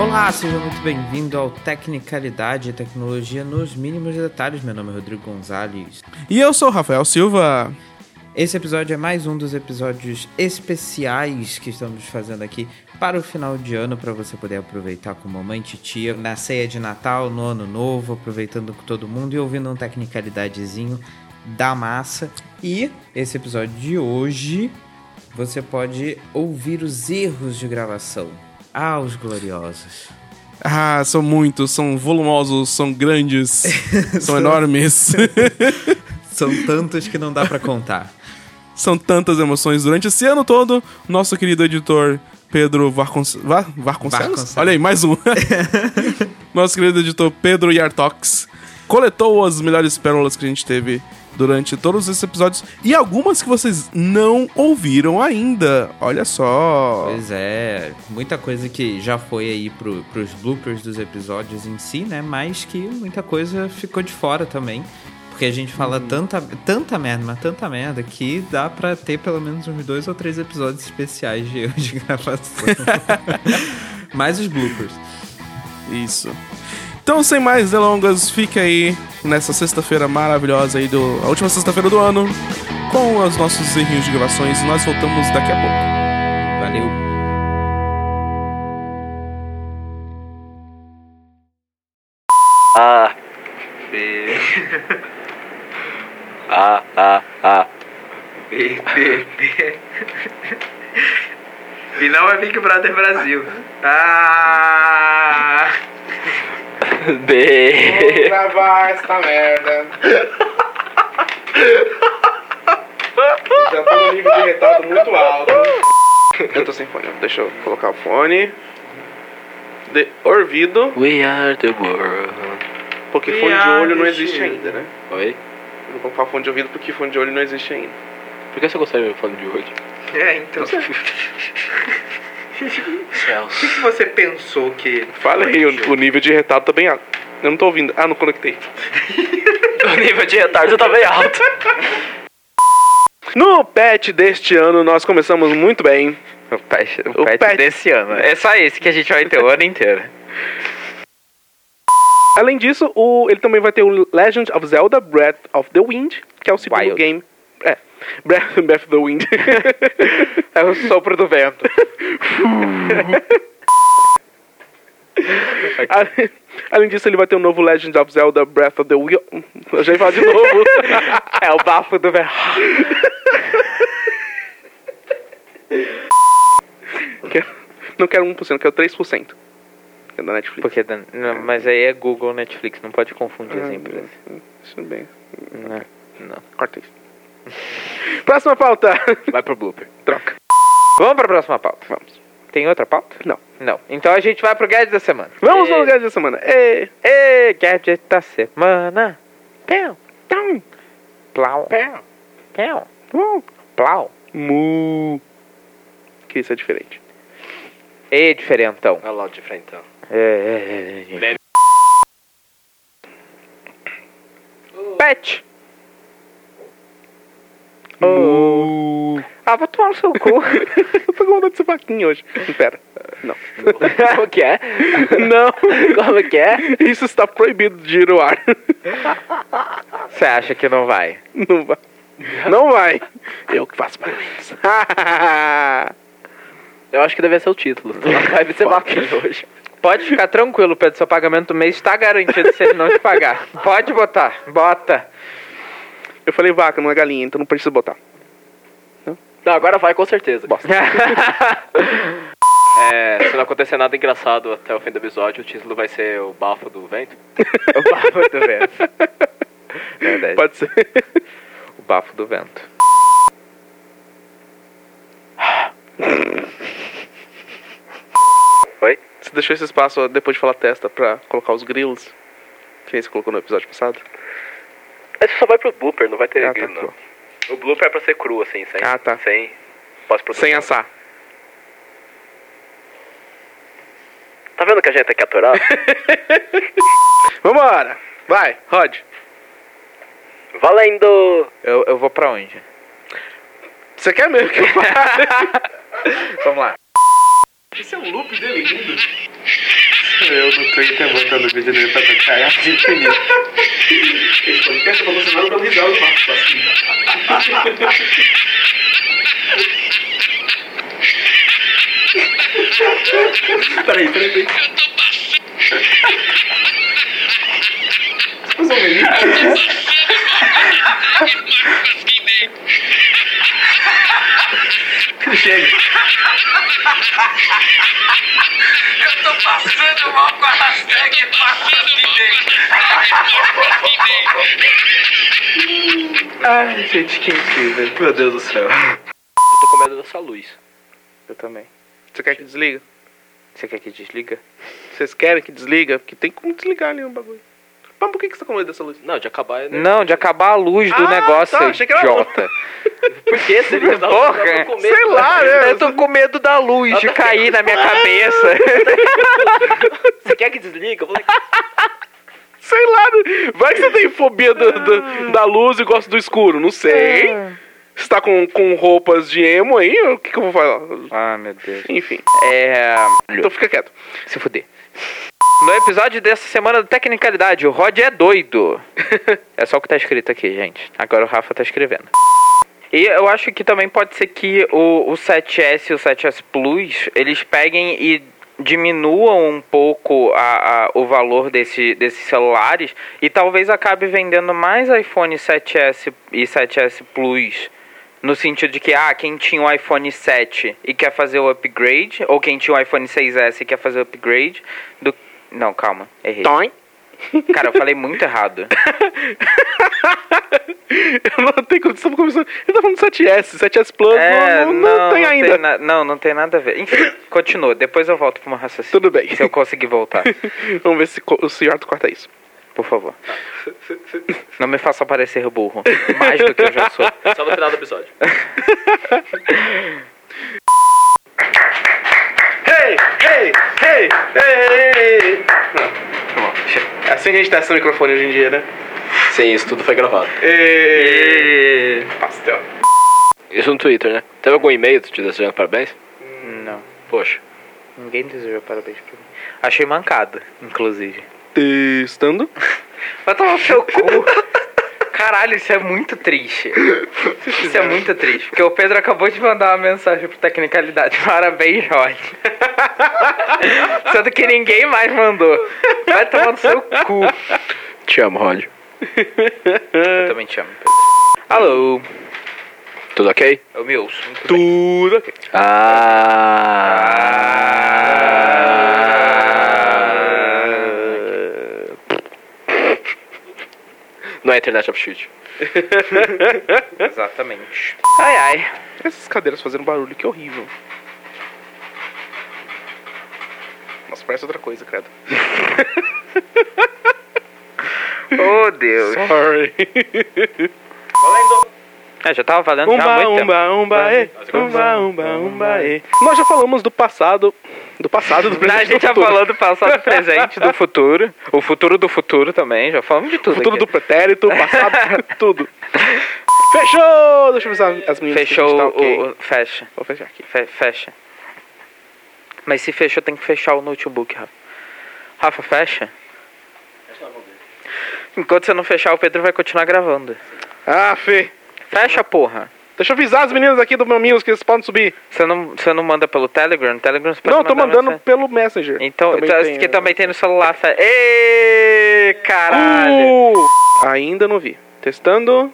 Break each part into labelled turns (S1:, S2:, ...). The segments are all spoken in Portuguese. S1: Olá, seja muito bem-vindo ao Tecnicalidade e Tecnologia nos Mínimos Detalhes. Meu nome é Rodrigo Gonzalez.
S2: E eu sou o Rafael Silva.
S1: Esse episódio é mais um dos episódios especiais que estamos fazendo aqui para o final de ano, para você poder aproveitar com mamãe, titia, na ceia de Natal, no Ano Novo, aproveitando com todo mundo e ouvindo um Tecnicalidadezinho da massa. E esse episódio de hoje, você pode ouvir os erros de gravação. Ah, os gloriosos.
S2: Ah, são muitos, são volumosos, são grandes, são enormes.
S1: São tantos que não dá pra contar.
S2: são tantas emoções durante esse ano todo. Nosso querido editor Pedro Varconce... Va- Varconcelos?
S1: Varconcelos.
S2: Olha aí, mais um. Nosso querido editor Pedro Yartox coletou as melhores pérolas que a gente teve durante todos esses episódios e algumas que vocês não ouviram ainda. Olha só.
S1: Pois é, muita coisa que já foi aí pro, pros bloopers dos episódios em si, né? Mas que muita coisa ficou de fora também. Porque a gente fala tanta, tanta merda, mas tanta merda, que dá pra ter pelo menos uns dois ou três episódios especiais de erro de gravação. Mais os bloopers.
S2: Isso. Então, sem mais delongas, fica aí nessa sexta-feira maravilhosa aí do. A última sexta-feira do ano, com os nossos errinhos de gravações. Nós voltamos daqui a pouco.
S1: Valeu.
S3: A. B. A, A, A. B, B, B.
S4: E não é Big Brother Brasil. Ah!
S3: B.
S5: gravar esta merda. Já tô num nível de retardo Tá muito alto. Eu tô sem fone, deixa eu colocar o fone. De ouvido,
S3: We are the world.
S5: porque
S4: We
S5: fone de
S4: are
S5: olho não
S4: the
S5: existe
S4: shield.
S5: ainda, né?
S3: Oi?
S5: Eu vou colocar fone de ouvido porque fone de olho não existe ainda.
S3: Por que você gostaria de falar de hoje?
S4: É, então. O que
S3: Céus.
S4: que você pensou que.
S5: Falei, o, o nível de retardo tá bem alto. Eu não tô ouvindo. Ah, não conectei.
S3: O nível de retardo tá bem alto.
S5: No patch deste ano, nós começamos muito bem.
S3: O patch,
S5: o patch
S3: desse ano. É só esse que a gente vai ter o ano inteiro.
S5: Além disso, o- ele também vai ter o Legend of Zelda Breath of the Wind, que é o segundo
S3: Wild.
S5: game. É. Breath, Breath of the Wind.
S3: É o sopro do vento.
S5: A- Além disso, ele vai ter o novo Legend of Zelda Breath of the Wild. Eu já ia falar de novo.
S3: É o bafo do vento.
S5: Quero- Não quero 1%, quero 3%. Que é da Netflix.
S3: Porque, mas aí é Google, Netflix, não pode confundir as
S5: Ah,
S3: empresas.
S2: é
S5: Isso bem.
S3: Não.
S5: Corta isso. Próxima pauta.
S3: Vai pro blooper.
S5: Troca.
S3: Vamos pra próxima pauta.
S5: Vamos.
S3: Tem outra pauta?
S5: Não.
S3: Não. Então a gente vai pro gadget da semana.
S5: Vamos
S3: Ê,
S5: no lugar da semana.
S2: É
S5: Ê,
S3: Ê, gadget da semana. Pão. Pão. Plau.
S5: Pão.
S3: Pão.
S5: uau.
S3: Plau.
S5: Mu. Que isso é diferente.
S3: Ê, diferentão.
S4: Olha lá o
S6: então.
S4: diferentão.
S3: É, é, é, é. Pet.
S5: Mu.
S3: Ah, vai tomar no seu cu.
S5: Eu tô com vontade de ser vaquinha hoje. Pera. Não.
S3: Como que é?
S5: Não.
S3: Como que é?
S5: Isso está proibido de ir ao ar.
S3: Você acha que não vai?
S5: Não vai. Não vai. Eu que faço para isso.
S3: Eu acho que deve ser o título. Vai ser vaquinha hoje. Pode ficar tranquilo, Pedro. Seu pagamento do mês está garantido se ele não te pagar. Pode botar. Bota.
S5: Eu falei vaca, não é galinha, então não precisa botar.
S6: Não, agora vai com certeza. É, se não acontecer nada engraçado até o fim do episódio, o título vai ser o bafo do vento.
S3: o bafo do vento. Verdade.
S5: Pode ser.
S3: O bafo do vento.
S5: Você deixou esse espaço ó, depois de falar testa pra colocar os grilos?
S2: Que nem você colocou no episódio passado?
S6: Mas isso só vai pro blooper, não vai ter
S2: Ah,
S6: grilo,
S2: tá,
S6: não. O blooper é pra ser cru, assim, sem.
S2: Ah, tá.
S6: Sem. Posso
S2: Sem assar.
S6: Tá vendo que a gente tem que aturar?
S2: Vambora! Vai, Rod.
S6: Valendo!
S1: Eu, eu vou pra onde?
S2: Você quer mesmo que eu fale?
S1: Vamos lá.
S4: Eu no Twitter botando vídeo dele pra tocar é de infinito. Esse podcast tá funcionando pra risar os passos assim. Peraí, peraí, peraí. Os homens, Ai, gente, que incrível. Meu Deus do céu.
S6: Eu tô com medo dessa luz.
S2: Eu também. Você quer que desliga?
S1: Você quer que desliga?
S2: Vocês querem que desliga? Porque tem como desligar ali um bagulho. Mas por que, que você tá com medo dessa luz?
S6: Não, de acabar, né?
S1: Não, de acabar a luz do
S2: Ah,
S1: negócio,
S2: tá, achei que era
S1: idiota.
S6: Por que seria da luz?
S1: Porra,
S6: Eu tô com medo.
S2: Sei lá, né?
S1: Eu tô com medo da luz de cair na minha cabeça.
S6: Você quer que desliga? Eu falei,
S2: Sei lá. né? Vai que você tem fobia do-
S6: Ah.
S2: do- da luz e gosta do escuro. Não sei.
S6: É.
S2: Você tá com, com roupas de emo aí? O que, que eu vou falar?
S1: Ah, meu Deus.
S2: Enfim.
S1: É.
S2: Então fica quieto.
S1: Se fuder. No episódio dessa semana da Tecnicalidade, o Rod é doido. é só o que tá escrito aqui, gente. Agora o Rafa tá escrevendo. E eu acho que também pode ser que o, o 7S e o 7S Plus, eles peguem e diminuam um pouco a, a- o valor desse, desses celulares e talvez acabe vendendo mais iPhone 7S e 7S Plus no sentido de que, ah, quem tinha um iPhone 7 e quer fazer o upgrade, ou quem tinha um iPhone 6S e quer fazer o upgrade, do. Não, calma, errei.
S2: Tom.
S1: Cara, eu falei muito errado.
S2: Eu não tenho condição pra começar. Ele tá falando do 7S, 7S Plus,
S1: É,
S2: não, não- não tem ainda.
S1: na- não, não tem nada a ver. Enfim, continua, depois eu volto pro meu raciocínio.
S2: Tudo bem.
S1: Se eu conseguir voltar,
S2: Vamos ver se co- o senhor corta isso.
S1: por favor. Não me faça parecer burro. Mais do que eu já sou.
S6: Só no final do episódio.
S2: Hey, hey, hey, hey, hey. Não, tá bom, chega. É assim que a gente testa o microfone hoje em dia, né?
S6: Sim, isso tudo foi gravado.
S2: Ei. Pastel.
S6: Isso no Twitter, né? Teve algum e-mail te desejando parabéns?
S1: Não,
S6: Poxa.
S1: ninguém desejou parabéns pra mim. Achei mancado, inclusive.
S2: Testando.
S1: Vai tomar no seu cu. Caralho, isso é muito triste. Isso é muito triste. Porque o Pedro acabou de mandar uma mensagem pro Tecnicalidade. Parabéns, Rod. Sendo que ninguém mais mandou. Vai tomar no seu cu.
S6: Te amo, Rod.
S1: Eu também te amo, Pedro. Alô,
S6: Tudo ok?
S1: eu me ouço. muito bem.
S2: Tudo ok.
S1: Ah,
S6: Ah. Não é internet upshoot.
S1: Exatamente. Ai, ai.
S2: Essas cadeiras fazendo barulho, que horrível. Nossa, parece outra coisa, credo.
S1: Oh, Deus.
S2: Sorry.
S1: Ah, já tava valendo já há
S2: Umba,
S1: muito tempo.
S2: umba, umba, e. Umba, umba, umba, e. Nós já falamos do passado. Do passado,
S1: Não,
S2: do presente.
S1: a
S2: e do
S1: gente já
S2: futuro.
S1: falou do passado, presente, do futuro. O futuro do futuro também. Já falamos de tudo
S2: Futuro
S1: aqui.
S2: do pretérito, passado, tudo. Fechou! Deixa eu avisar as meninas. que a gente
S1: Fechou
S2: tá
S1: o,
S2: ok.
S1: o- Fecha.
S2: Vou fechar aqui.
S1: Fe- fecha. Mas se fechou, tem que fechar o notebook, Rafa. Rafa, fecha. Enquanto você não fechar, o Pedro vai continuar gravando.
S2: Ah, Fê.
S1: Fecha, porra.
S2: Deixa eu avisar as meninas aqui do meu Minus que eles podem subir.
S1: Você não, você não manda pelo Telegram? No Telegram você pode
S2: não, eu tô
S1: mandar
S2: mandando
S1: mensagem.
S2: pelo Messenger.
S1: Então,
S2: Também
S1: então,
S2: tem,
S1: que
S2: né?
S1: também tem no celular. Fe... Ê, caralho.
S2: Uh! Ainda não vi. Testando.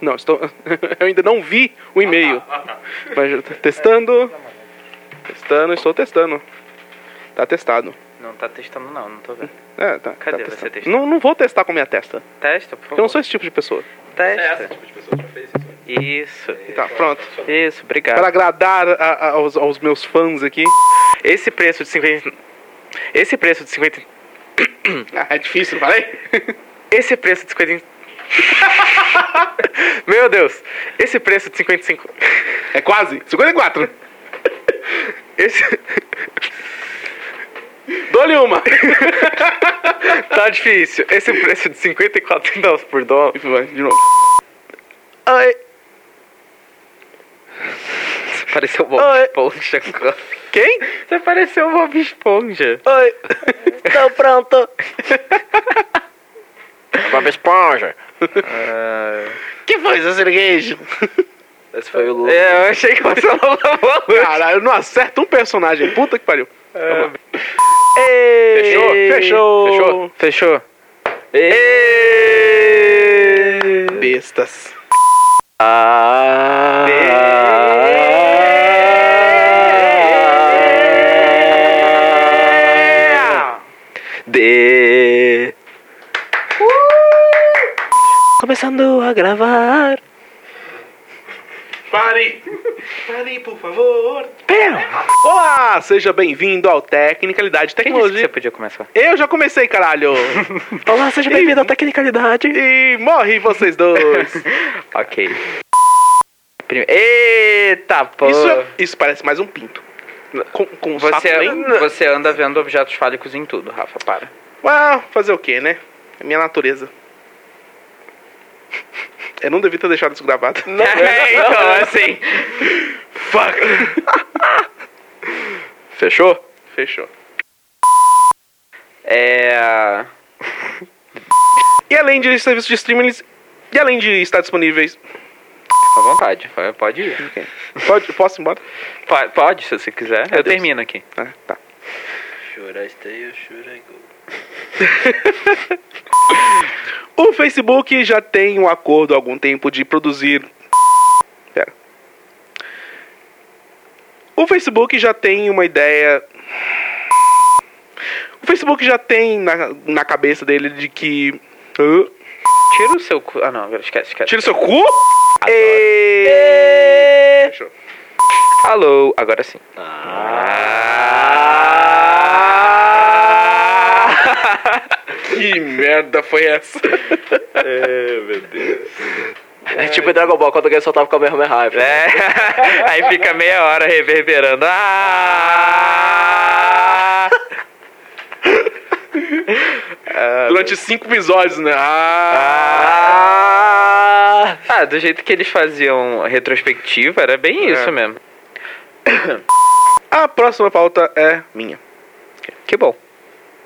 S2: Não, estou. eu ainda não vi o e-mail. Mas eu tô testando. Testando, estou testando. Tá testado.
S1: Não tá testando não, não tô vendo.
S2: É, tá.
S1: Cadê você
S2: tá testando.
S1: testando?
S2: Não, não vou testar com minha testa.
S1: Testa, por
S2: Eu
S1: favor.
S2: não sou esse tipo de pessoa.
S1: Testa. Isso.
S2: Tá, pronto.
S1: Isso, obrigado.
S2: Para agradar a- a- aos, aos meus fãs aqui.
S1: Esse preço de 50. Esse preço de 50.
S2: Ah, é difícil, não falei?
S1: Esse preço de 50. Meu Deus! Esse preço de 55.
S2: É quase. 54.
S1: Esse.
S2: Dou-lhe uma.
S1: Tá difícil. Esse preço de 54 centavos por dólar.
S2: E vai, de novo.
S1: Ai. Pareceu um Bob Esponja. Quem? Você pareceu um Bob Esponja. Oi. Tô pronto.
S6: É Bob Esponja.
S2: Que foi, seu cereguejo?
S6: Esse foi o Lula.
S1: É, eu achei que você não tava
S2: Caralho, eu não acerto um personagem. Puta que pariu.
S1: Fechou?
S2: Fechou.
S1: Fechou? Fechou.
S2: Bestas.
S6: Ah.
S2: Ah. É.
S1: Tá.
S6: D. Começando a gravar.
S2: Pare! Pare, por favor! Olá, seja bem-vindo ao Tecnicalidade
S1: Quem disse que você
S2: Tecnologia.
S1: podia começar?
S2: Eu já comecei, caralho!
S6: Olá, seja bem-vindo à Tecnicalidade.
S2: e morre vocês dois!
S1: Ok. Prime- Eita, pô.
S2: Isso, é- isso parece mais um pinto. Com, com um sapo
S1: Você, é
S2: bem-
S1: você anda vendo objetos fálicos em tudo, Rafa, para.
S2: Ah, fazer o quê, né? É minha natureza. Eu não devia ter deixado isso gravado. Né?
S1: É, então, assim.
S6: Fechou?
S2: Fechou.
S1: É.
S2: E além de serviços de streaming, e além de estar disponíveis...
S1: À vontade, vai- pode ir.
S2: Pode, posso ir embora?
S1: Pode, pode, se você quiser. Eu termino aqui.
S2: Ah, tá.
S6: Should I stay or should I go?
S2: O Facebook já tem um acordo há algum tempo de produzir. Pera. O Facebook já tem uma ideia. O Facebook já tem na, na cabeça dele de que. Hã?
S1: Tira o seu cu. Ah, não, agora esquece, esquece.
S2: Tira seu cu! Fechou.
S1: Alô, agora sim.
S2: Que merda foi essa?
S6: É tipo em Dragon Ball, quando alguém soltava o Kamehameha Raiva.
S1: É. Aí fica meia hora reverberando. Ah!
S2: Durante cinco episódios, né?
S1: Ah! Ah, do jeito que eles faziam retrospectiva, era bem
S2: É.
S1: isso mesmo.
S2: A próxima pauta é minha.
S1: Ah. Que bom.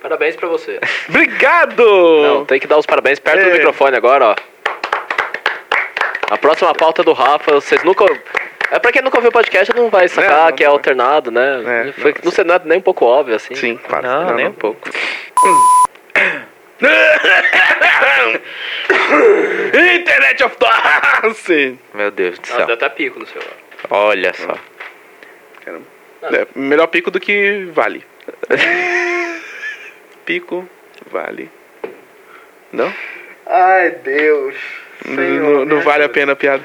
S6: É. Parabéns pra você.
S2: Obrigado!
S6: Não, tem que dar os parabéns perto
S2: É.
S6: do microfone agora, ó. A próxima pauta é do Rafa, vocês nunca. É pra quem nunca ouviu o podcast, não vai sacar
S2: É, não,
S6: que é
S2: não.
S6: alternado, né?
S2: É,
S6: Foi, não, sei, não é nem um pouco óbvio, assim.
S2: Sim, claro.
S1: Não, nem um pouco.
S2: Internet of Things!
S1: Meu Deus do
S6: Ah,
S1: céu.
S6: deu até pico no celular.
S1: Olha só.
S2: É, melhor pico do que vale. pico, vale. Não?
S6: Ai, Deus.
S2: Não- não não vale a pena a piada.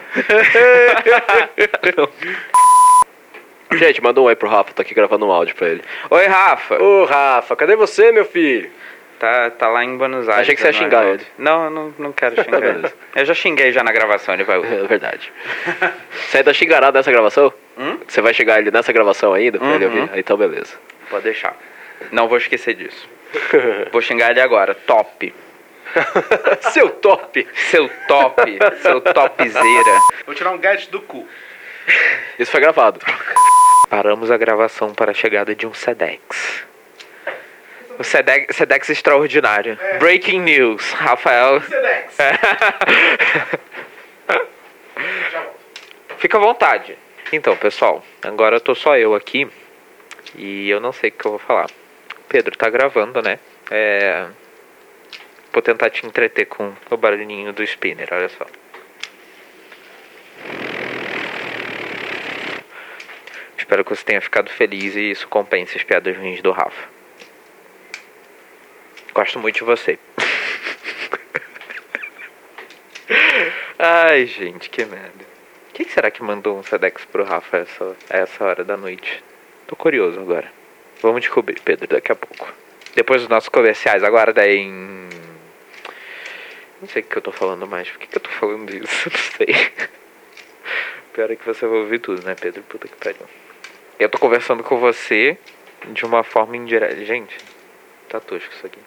S6: Gente, manda um oi pro Rafa, tô aqui gravando um áudio pra ele.
S1: Oi, Rafa.
S6: Ô, Rafa, cadê você, meu filho?
S1: Tá, tá lá em Buenos Aires.
S6: Achei que você ia
S1: né?
S6: xingar ele.
S1: Não, eu não, não quero xingar ele.
S6: Beleza.
S1: Eu já xinguei já na gravação, ele vai ouvir.
S6: É verdade. Você ainda xingará nessa gravação?
S1: Hum?
S6: Você vai xingar ele nessa gravação ainda pra ele
S1: Uhum.
S6: ouvir? Então, beleza.
S1: Pode deixar. Não vou esquecer disso. Vou xingar ele agora. Top.
S6: Seu top!
S1: Seu top. Seu topzera.
S2: Vou tirar um gadget do cu.
S6: Isso foi gravado.
S1: Paramos a gravação para a chegada de um Sedex. O Sedex, Sedex extraordinário.
S6: É.
S1: Breaking news. Rafael.
S2: Sedex.
S1: É. Fica à vontade. Então, pessoal, agora tô só eu aqui e eu não sei o que eu vou falar. Pedro tá gravando, né? É... Vou tentar te entreter com o barulhinho do spinner, olha só. Espero que você tenha ficado feliz e isso compense as piadas ruins do Rafa. Gosto muito de você. Ai, gente, que merda. Quem será que mandou um Sedex pro Rafa essa, a essa hora da noite? Tô curioso agora. Vamos descobrir, Pedro, daqui a pouco. Depois dos nossos comerciais, agora daí em. Não sei o que eu tô falando mais. Por que, que eu tô falando isso? Não sei. Pior é que você vai ouvir tudo, né, Pedro? Puta que pariu. Eu tô conversando com você de uma forma indireta. Gente, tá tosco isso aqui.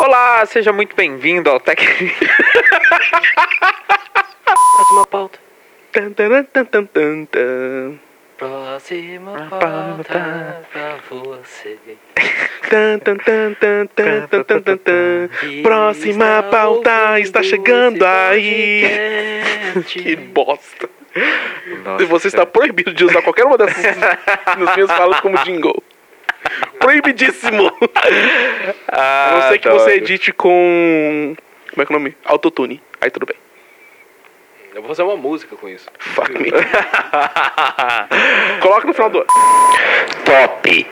S1: Olá, seja muito bem-vindo ao Tech.
S6: Próxima pauta.
S2: Tan, taran, tan, tan, tan, tan.
S6: Próxima pauta pra você.
S2: Tan, tan, tan, tan, tan, tan, tan, tan, tan.
S6: que
S2: Próxima
S6: está
S2: pauta
S6: ouvindo
S2: está chegando
S6: esse
S2: aí.
S6: podcast.
S2: Que bosta.
S1: Nossa,
S2: Você está proibido de usar qualquer uma dessas nas minhas falas como jingle. Proibidíssimo.
S1: Ah,
S2: A não ser que
S6: tá
S2: você
S1: adoro.
S2: edite com. Como é que é o nome? Autotune. Aí tudo bem.
S6: Eu vou fazer uma música com isso.
S2: Fuck me. Coloca no final do ano.
S6: Top!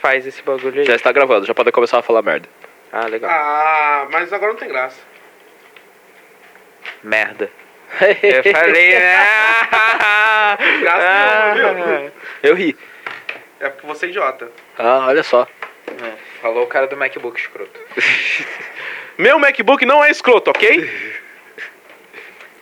S1: Faz esse bagulho aí.
S6: Já está gravando, já pode começar a falar merda.
S1: Ah, legal.
S2: Ah, mas agora não tem graça.
S1: Merda. Eu falei, né? Ah,
S2: Graça não, viu?
S6: Eu ri.
S2: É porque você é idiota.
S6: Ah, olha só.
S1: Falou o cara do MacBook escroto.
S2: Meu MacBook não é escroto, ok?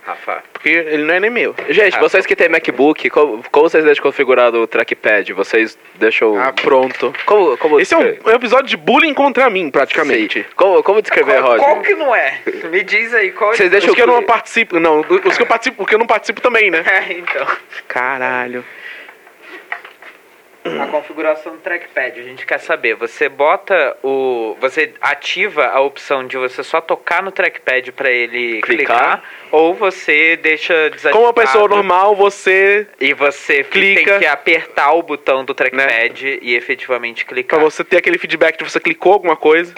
S1: Rafa.
S2: Porque ele não é nem meu.
S6: Gente, vocês que têm MacBook, como, como vocês deixam configurado o trackpad? Vocês deixam.
S2: Ah, pronto.
S6: Como, como
S2: Esse é um, é
S6: descre-
S2: um episódio de bullying contra mim, praticamente.
S6: Sim. Como, como descrever,
S1: Qual,
S6: Roger?
S1: qual que não é? Me diz aí, qual
S6: Vocês
S2: Os
S6: deixam
S2: que eu não participo. Não, os que eu participo porque eu não participo também, né?
S1: é, então.
S2: Caralho.
S1: A configuração do trackpad, a gente quer saber. Você bota o. Você ativa a opção de você só tocar no trackpad pra ele
S6: Clicar.
S1: clicar, ou você deixa desativado.
S2: Como uma pessoa
S1: Tá.
S2: normal, você.
S1: E você
S2: clica. Né?
S1: tem que apertar o botão do trackpad e efetivamente
S2: Pra
S1: clicar.
S2: você ter aquele feedback de você clicou alguma coisa.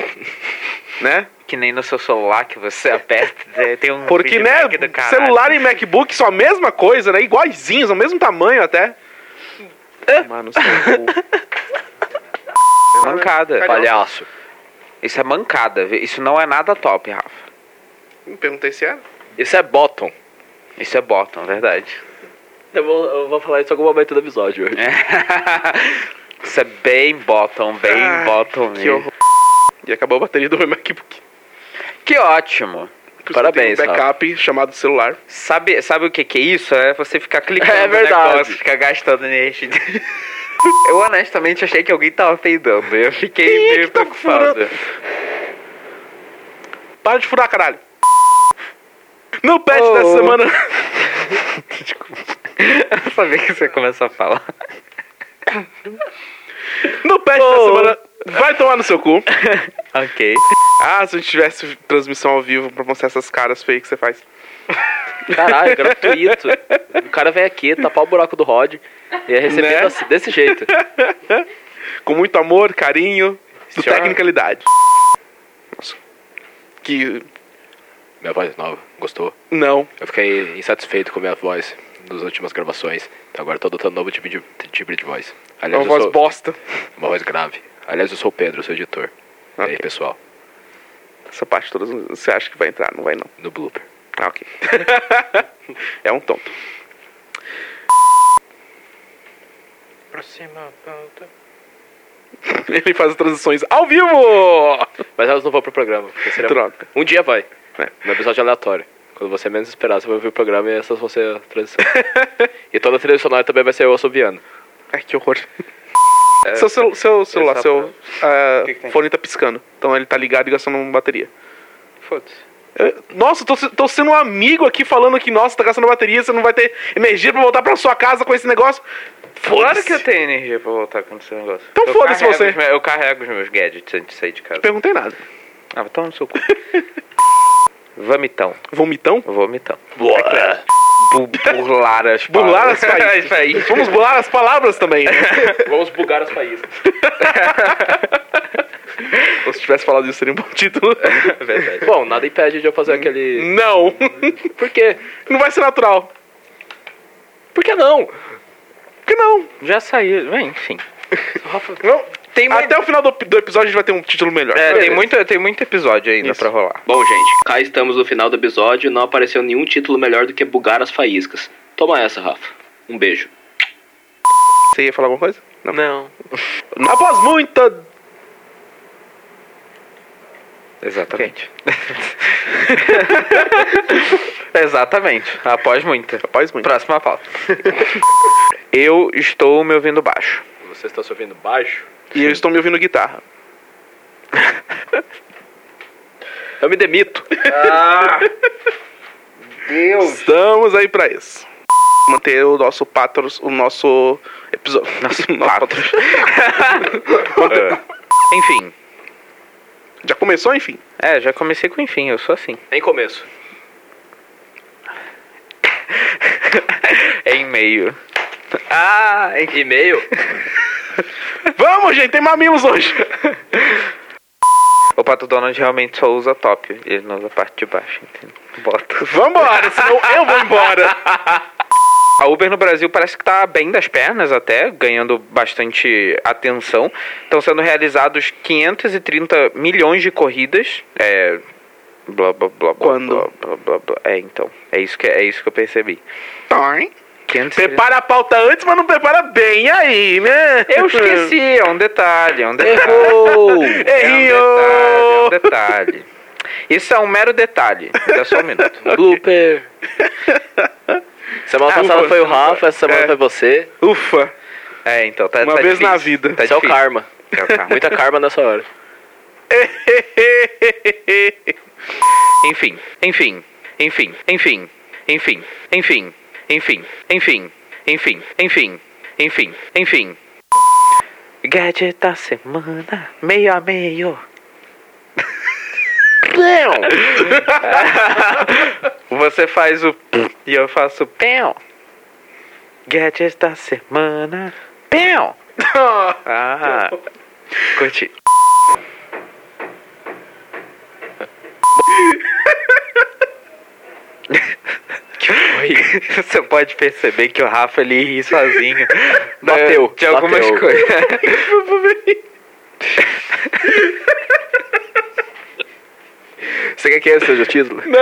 S2: Né?
S1: Que nem no seu celular que você aperta. é, tem um
S2: Porque, né?
S1: feedback do caralho.
S2: Celular e MacBook são a mesma coisa, né? Iguaizinhos, o mesmo tamanho até. Mano, seu cu. né?
S1: Mancada.
S6: Palhaço.
S1: Isso é mancada. viu? Isso não é nada top, Rafa.
S2: Me perguntei se era.
S6: Isso é bottom.
S1: Isso é bottom, verdade.
S6: Eu vou, eu vou falar isso em algum momento do episódio hoje.
S1: Isso é bem bottom, bem
S2: Ai,
S1: bottom
S2: Que
S1: mesmo.
S2: horror. E acabou a bateria do meu MacBook.
S1: Que ótimo.
S2: Por isso
S6: Parabéns,
S2: eu tenho um backup chamado celular.
S1: Sabe, sabe o que que é isso? É você ficar clicando
S6: É
S1: no
S6: verdade.
S1: negócio, ficar gastando energia. Eu honestamente achei que alguém tava peidando. Eu fiquei
S2: Quem é
S1: meio
S2: que tá
S1: preocupado.
S2: Para de furar, caralho. No patch
S1: Oh.
S2: dessa semana.
S1: Eu sabia que você ia começar a falar.
S2: No patch
S1: Oh.
S2: dessa semana. Vai tomar no seu cu.
S1: Ok.
S2: Ah, se a gente tivesse transmissão ao vivo pra mostrar essas caras feias que você faz.
S6: Caralho, gratuito. o cara vem aqui tapar o buraco do Rod e é recebido
S2: Né?
S6: assim, desse jeito.
S2: Com muito amor, carinho, do
S6: Senhora.
S2: tecnicalidade. Nossa. Que.
S6: Minha voz é nova, gostou?
S2: Não.
S6: Eu fiquei insatisfeito com minha voz nas últimas gravações. Então agora eu tô adotando um novo tipo de, tipo de voz.
S2: É
S6: Aliás,
S2: uma
S6: eu
S2: voz
S6: sou-
S2: bosta.
S6: uma voz grave. Aliás, eu sou o Pedro, sou editor. E aí,
S2: Ok.
S6: pessoal,
S2: Essa parte toda você acha que vai entrar, não vai não.
S6: no blooper.
S2: Ah, ok. é um tonto.
S1: Próxima pauta.
S2: Ele faz as transições ao vivo!
S6: Mas elas não vão pro programa, porque seria...
S2: Droga.
S6: Um dia vai.
S2: É.
S6: Um episódio aleatório. Quando você menos esperar, você vai ouvir o programa e essas vão ser a transição. e toda a trilha sonora também vai ser eu assobiando.
S2: Ai, que horror. seu, celu- seu celular,
S1: só
S2: seu ah,
S1: que que tem?
S2: fone tá piscando. Então ele tá ligado e gastando uma bateria.
S1: Foda-se.
S2: Eu- Nossa, eu tô, se- tô sendo um amigo aqui falando que, nossa, tá gastando bateria, você não vai ter energia pra voltar pra sua casa com esse negócio.
S1: Claro
S2: Foda-se.
S1: que eu tenho energia pra voltar com esse negócio.
S2: Então
S1: Eu
S2: foda-se
S1: carrego
S2: você.
S1: os meus- Eu carrego os meus gadgets antes de sair de casa.
S2: Perguntei nada.
S1: Ah, toma no seu cu. Vomitão.
S2: Vomitão? É,
S1: Vomitão. Bu- É burlar as
S2: Burlar
S1: palavras.
S2: as faíscas.
S1: As faíscas.
S2: Vamos bolar as palavras também. né?
S6: Vamos bugar as países.
S2: Ou Se tivesse falado isso, seria um bom título.
S1: Verdade.
S6: Bom, nada impede de eu fazer aquele...
S2: Não.
S6: Por quê?
S2: Não vai ser natural.
S6: Por que não?
S2: Por que não?
S1: Já saiu. Enfim.
S2: Não.
S1: Tem muito-
S2: Até o final do, do episódio a gente vai ter um título melhor.
S1: É, tem
S2: Beleza.
S1: muito, tem muito episódio ainda
S2: Isso.
S1: pra rolar.
S6: Bom, gente, cá estamos no final do episódio. Não apareceu nenhum título melhor do que Bugar as Faíscas. Toma essa, Rafa. Um beijo.
S2: Você ia falar alguma coisa? Não.
S7: Não.
S2: Após muita.
S1: Exatamente. Exatamente. Após muito.
S2: Após muito.
S1: Próxima pauta. Eu estou me ouvindo baixo.
S7: Você está se ouvindo baixo?
S2: E eu estou me ouvindo guitarra.
S6: Eu me demito.
S2: Estamos aí pra isso. Manter o nosso patros, o nosso episódio. Nosso patros.
S1: Enfim.
S2: Já começou, enfim.
S1: É, já comecei com enfim, eu sou assim.
S6: Em começo.
S1: É em meio.
S6: Ah, em e-mail?
S2: Vamos, gente, tem mamilos hoje.
S1: O Pato Donald realmente só usa top. Ele não usa a parte de baixo, entendeu? Bota.
S2: Vambora, senão eu vou embora.
S1: A Uber no Brasil parece que tá bem das pernas até, ganhando bastante atenção. Estão sendo realizados 530 milhões de corridas. É. Blá blá blá blá.
S2: Quando?
S1: Blá, blá, blá, blá. É, então. É isso que, é isso que eu percebi.
S2: Tá, hein?
S1: 530...
S2: Prepara a pauta antes, mas não prepara bem aí, né?
S1: Eu esqueci, é um detalhe, é um detalhe.
S6: Errou!
S1: É
S2: Errou!
S1: um detalhe, é um detalhe. Isso é um mero detalhe. Dá só um minuto.
S6: Blooper. Semana
S2: Ah,
S6: passada
S2: ufa,
S6: foi o
S2: semana-
S6: Rafa, essa semana
S2: é.
S6: foi você.
S2: Ufa.
S1: É, então, tá
S2: Uma
S1: tá
S2: vez na
S1: difícil.
S2: vida.
S1: Tá
S6: Isso é o
S1: difícil.
S6: karma.
S1: É o karma.
S6: Muita karma nessa hora.
S1: Enfim, enfim, enfim, enfim, enfim, enfim, enfim, enfim, enfim, enfim, enfim, enfim. Gadget da semana, meio a meio. Pão. Você faz o pum e eu faço pão. Gadget da semana, pão. Ah, curti. Você pode perceber que o Rafa ele ri sozinho.
S6: Bateu,
S1: De algumas
S6: bateu.
S1: coisas.
S6: Você quer que esse seja o título?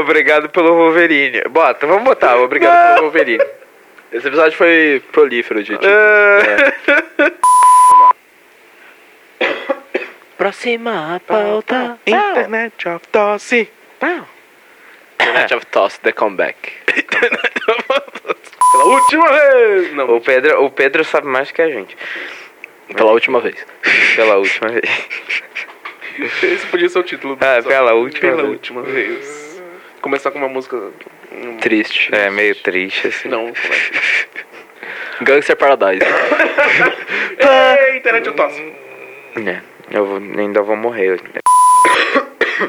S1: Obrigado pelo Wolverine. Bota, vamos botar. Obrigado
S2: Ah.
S1: pelo Wolverine.
S6: Esse episódio foi prolífero de título.
S2: Ah.
S6: Próxima pauta.
S2: Internet of Tosse.
S6: Internet of Toss, The Comeback.
S2: Pela última vez. Não.
S1: O Pedro, o Pedro sabe mais que a gente.
S6: Pela última vez.
S1: Pela última vez.
S2: Esse podia ser o título do
S1: Ah,
S2: episódio.
S1: pela última
S2: Pela
S1: vez.
S2: última vez. Começar com uma música.
S6: Triste.
S1: É meio triste assim.
S2: Não.
S6: Gangster Paradise.
S2: Ei, internet ou tosse?
S1: É, Eu vou- ainda vou morrer.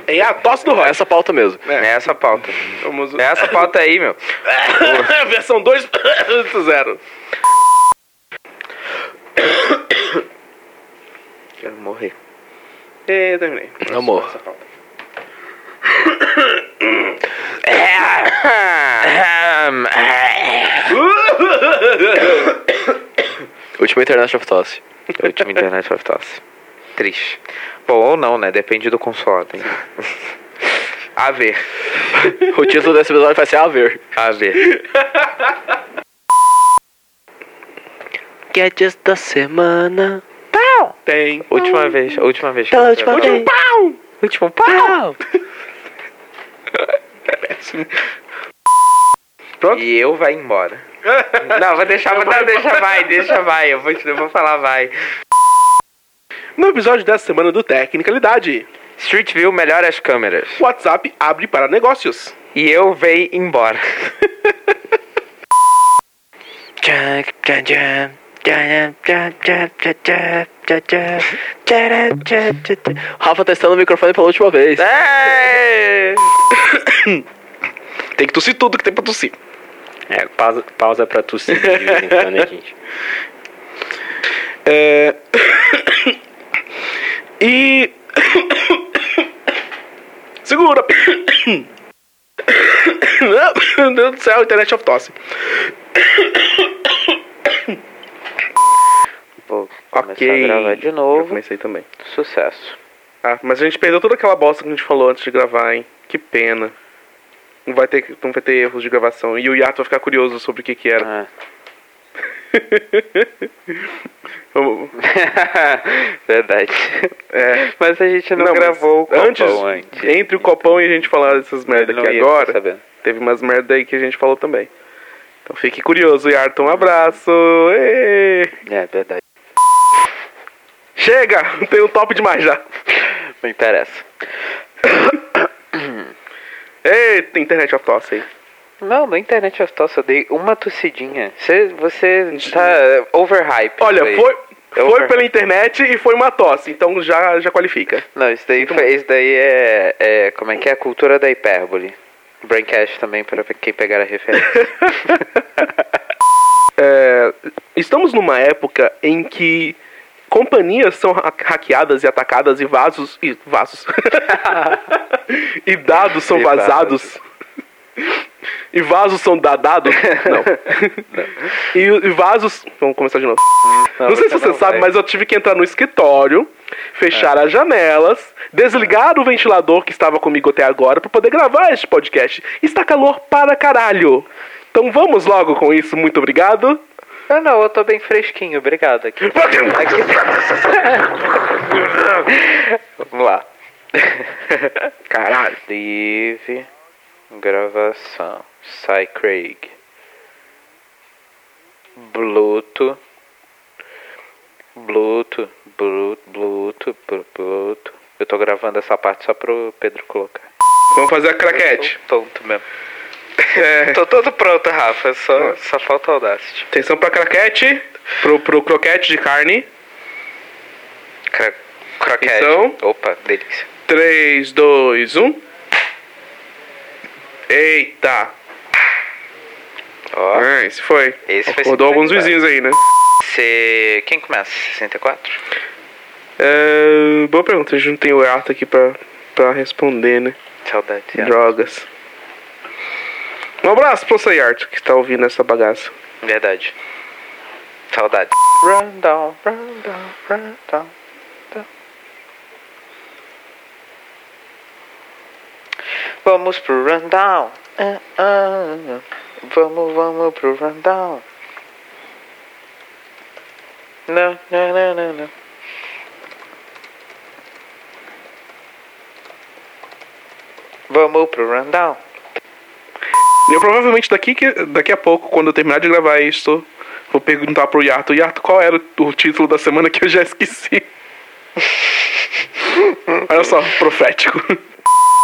S2: É a tosse do
S6: Ó,
S2: rock.
S6: Essa pauta mesmo.
S1: É essa a pauta.
S2: Famoso.
S1: É essa a pauta aí, meu.
S2: Versão 2.0.
S1: Quero morrer.
S2: É, terminei.
S6: Amor. Última Internet of Toss.
S1: Última internet vai tosse. Triste. Bom, ou não, né? Depende do consolador. hein? A ver.
S6: O título desse episódio vai ser A Ver.
S1: A ver.
S7: Gadgets é da semana. Tá
S2: Tem.
S1: Última vez. Então, Última vez. que
S7: Pela
S1: eu-
S7: última vez.
S1: Último pau! Pronto? E eu vai embora. Não, vou deixar, vou, não, deixa vai, deixa vai, eu vou, te- eu vou falar vai.
S2: No episódio dessa semana do Tecnicalidade,
S1: Street View melhora as câmeras.
S2: o WhatsApp abre para negócios.
S1: E eu vei embora.
S7: Tchan, tchan, tchan. Tchan, tchan, tchan, tchan, tchan, tchan, tchan. Tcharam, tchan, tchan, tchan.
S6: Rafa testando o microfone pela última vez.
S1: É,
S2: Tem que tossir tudo que tem pra tossir.
S8: É, pausa, pausa pra tossir de vez em quando, né, gente?
S2: É... e. Segura! Meu Deus do céu, internet of tosse.
S1: Ok.
S2: Ok.
S1: Começar a gravar de
S2: Eu
S1: novo.
S2: comecei também.
S1: Sucesso.
S2: Ah, mas a gente perdeu toda aquela bosta que a gente falou antes de gravar, hein? Que pena. Não vai ter, não vai ter erros de gravação. E o Yato vai ficar curioso sobre o que que era.
S6: Ah.
S2: Eu-
S1: Verdade.
S2: É.
S1: Mas a gente não,
S2: Não, mas
S1: gravou o copão
S2: antes,
S1: antes.
S2: Entre o copão e a gente falar dessas merda
S1: Ele não
S2: aqui
S1: ia ficar
S2: agora,
S1: sabendo.
S2: teve umas merda aí que a gente falou também. Então fique curioso, Yarton. Um abraço. Ê!
S1: É verdade.
S2: Chega! Tem um top demais já.
S1: Não interessa.
S2: Eita, internet of tosse aí.
S1: Não, na internet eu tosse, eu dei uma tossidinha. Você, você tá overhype.
S2: Olha, foi,
S1: Eu
S2: foi
S1: vou-
S2: pela internet e foi uma tosse, então já, já qualifica.
S1: Não, isso daí, foi, isso daí é, é. Como é que é? A cultura da hipérbole. Braincast também, pra quem pegar a referência.
S2: É, estamos numa época em que companhias são ha- hackeadas e atacadas e vasos e vasos e dados são
S1: E
S2: vazados e vasos são dadados não e, e vasos vamos começar de novo não, sei se
S1: você
S2: você
S1: não
S2: sabe
S1: vai. É.
S2: mas eu tive que entrar no escritório fechar as janelas desligar o ventilador que estava comigo até agora para poder gravar este podcast está calor para caralho então vamos logo com isso muito obrigado
S1: não, Ah, não, eu tô bem fresquinho, obrigado. Aqui. tá- Vamos lá. Caralho. Live. Gravação. Sai Craig. Bluto. Bluto. Bluto. Bluto. blu- Bluto. Eu tô gravando essa parte só pro Pedro colocar.
S2: Vamos fazer a craquete. É,
S1: Tô tonto mesmo. Tô todo pronto, Rafa. Só, só falta Audacity.
S2: Atenção pra craquete. Pro, pro croquete de carne.
S1: Cra croquete.
S2: Então?
S1: Opa, delícia.
S2: 3, 2, 1. Eita!
S1: Ó,
S2: Ah, esse foi.
S1: esse foi
S2: Rodou alguns
S1: simplicidade.
S2: vizinhos aí, né?
S1: Você. Quem começa? 64?
S2: É, boa pergunta, a gente não tem o Eata aqui pra, pra responder, né?
S1: Saudade.
S2: Drogas. Um abraço pro Sayarto que tá ouvindo essa bagaça.
S1: Verdade. Saudade. Run down, run down, run down. down. Vamos pro rundown. Ah, ah, ah. Vamos, vamos pro rundown. Não, não, não, não, não. Vamos pro rundown.
S2: Eu provavelmente daqui, que, daqui a pouco, quando eu terminar de gravar isso, vou perguntar pro Yarto, Yarto, qual era o, o título da semana que eu já esqueci? Olha só, profético.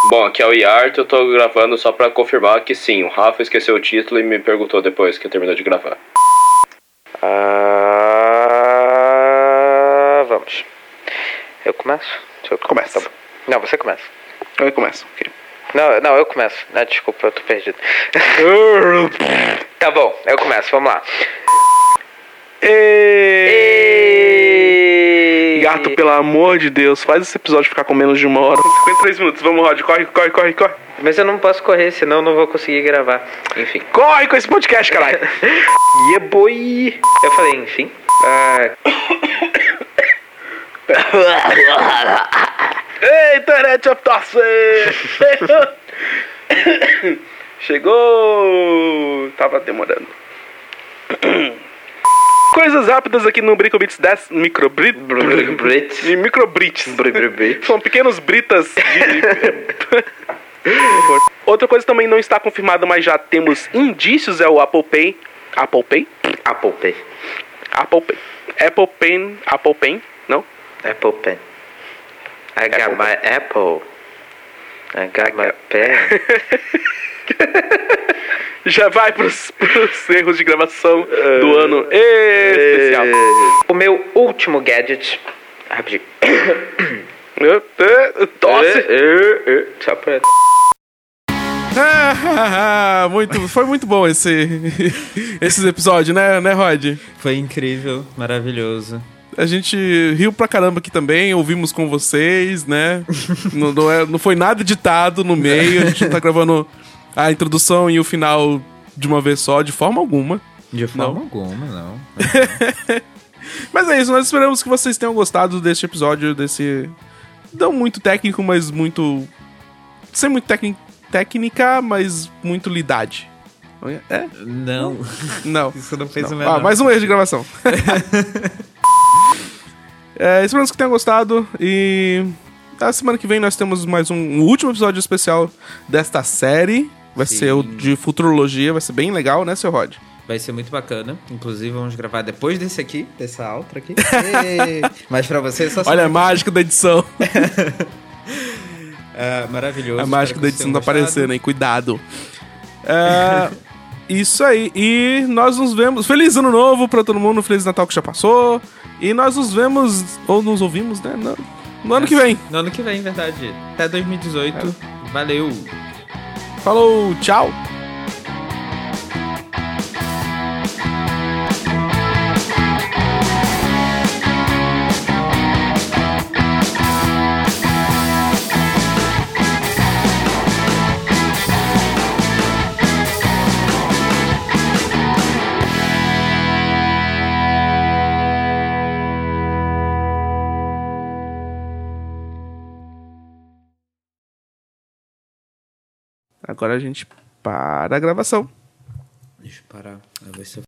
S8: Bom, aqui é o Iart, eu tô gravando só pra confirmar que sim, o Rafa esqueceu o título e me perguntou depois que terminou de gravar.
S1: Ah, vamos. Eu começo? Deixa eu-
S2: Começa.
S1: Tá bom. Não, você começa.
S2: Aí começa. ok.
S1: Não, não, eu começo. Ah, desculpa, eu tô perdido. tá bom, eu começo, vamos lá. E...
S2: Gato, pelo amor de Deus, faz esse episódio ficar com menos de uma hora. 53 minutos, vamos, Rod, corre, corre, corre, corre.
S1: Mas eu não posso correr, senão eu não vou conseguir gravar. Enfim.
S2: Corre com esse podcast, caralho.
S1: Yeah, boy! Eu falei, enfim. Ah,
S2: Ei, internet of tosse! Chegou! Tava demorando. Coisas rápidas aqui no Bricobits 10 Microbrit.
S1: Brits.
S2: E Microbrits. São pequenos britas de. Outra coisa também não está confirmada, mas já temos indícios é o Apple Pay. Apple Pay?
S1: Apple Pay.
S2: Apple Pay. Apple Pay. Apple Pay? Não?
S1: Apple Pen. I got my Apple. I got my pen.
S2: Já vai pros, pros erros de gravação do ano especial.
S1: O meu último gadget. Rapidinho.
S2: Tosse!
S1: Só pra.
S9: Ah, muito, foi muito bom esse, esses episódios, né, né, Rod?
S10: Foi incrível, maravilhoso.
S9: A gente riu pra caramba aqui também, ouvimos com vocês, né? não, não, é- não foi nada editado no meio, a gente tá gravando a introdução e o final de uma vez só, de forma alguma.
S10: De forma
S9: Não.
S10: alguma, não.
S2: Mas é isso, nós esperamos que vocês tenham gostado deste episódio, desse. Não muito técnico, mas muito. Sem muito tecni- técnica, mas muito lidade. É?
S10: Não.
S2: Não.
S10: Isso não fez
S2: Não.
S10: o
S2: Ah,
S10: menor.
S2: mais um erro de gravação. É, esperamos que tenham gostado e na semana que vem nós temos mais um, um último episódio especial desta série. Vai
S10: Sim.
S2: ser o de futurologia, vai ser bem legal, né, seu Rod?
S10: Vai ser muito bacana. Inclusive, vamos gravar depois desse aqui, dessa outra aqui. Ê! Mas pra você, só
S2: Olha a mágica da edição.
S10: É, maravilhoso.
S2: A mágica da
S10: Espero que
S2: edição tá
S10: vocês tenham gostado.
S2: aparecendo, hein? Cuidado. É, isso aí. E nós nos vemos. Feliz ano novo pra todo mundo. Feliz Natal que já passou. E nós nos vemos, ou nos ouvimos, né? No, no
S10: É
S2: ano que vem. É.
S10: No ano que vem, verdade. Até 2018. Valeu.
S2: Falou, tchau. Agora a gente para a gravação. Ah,
S10: Deixa eu parar. Eu vou ser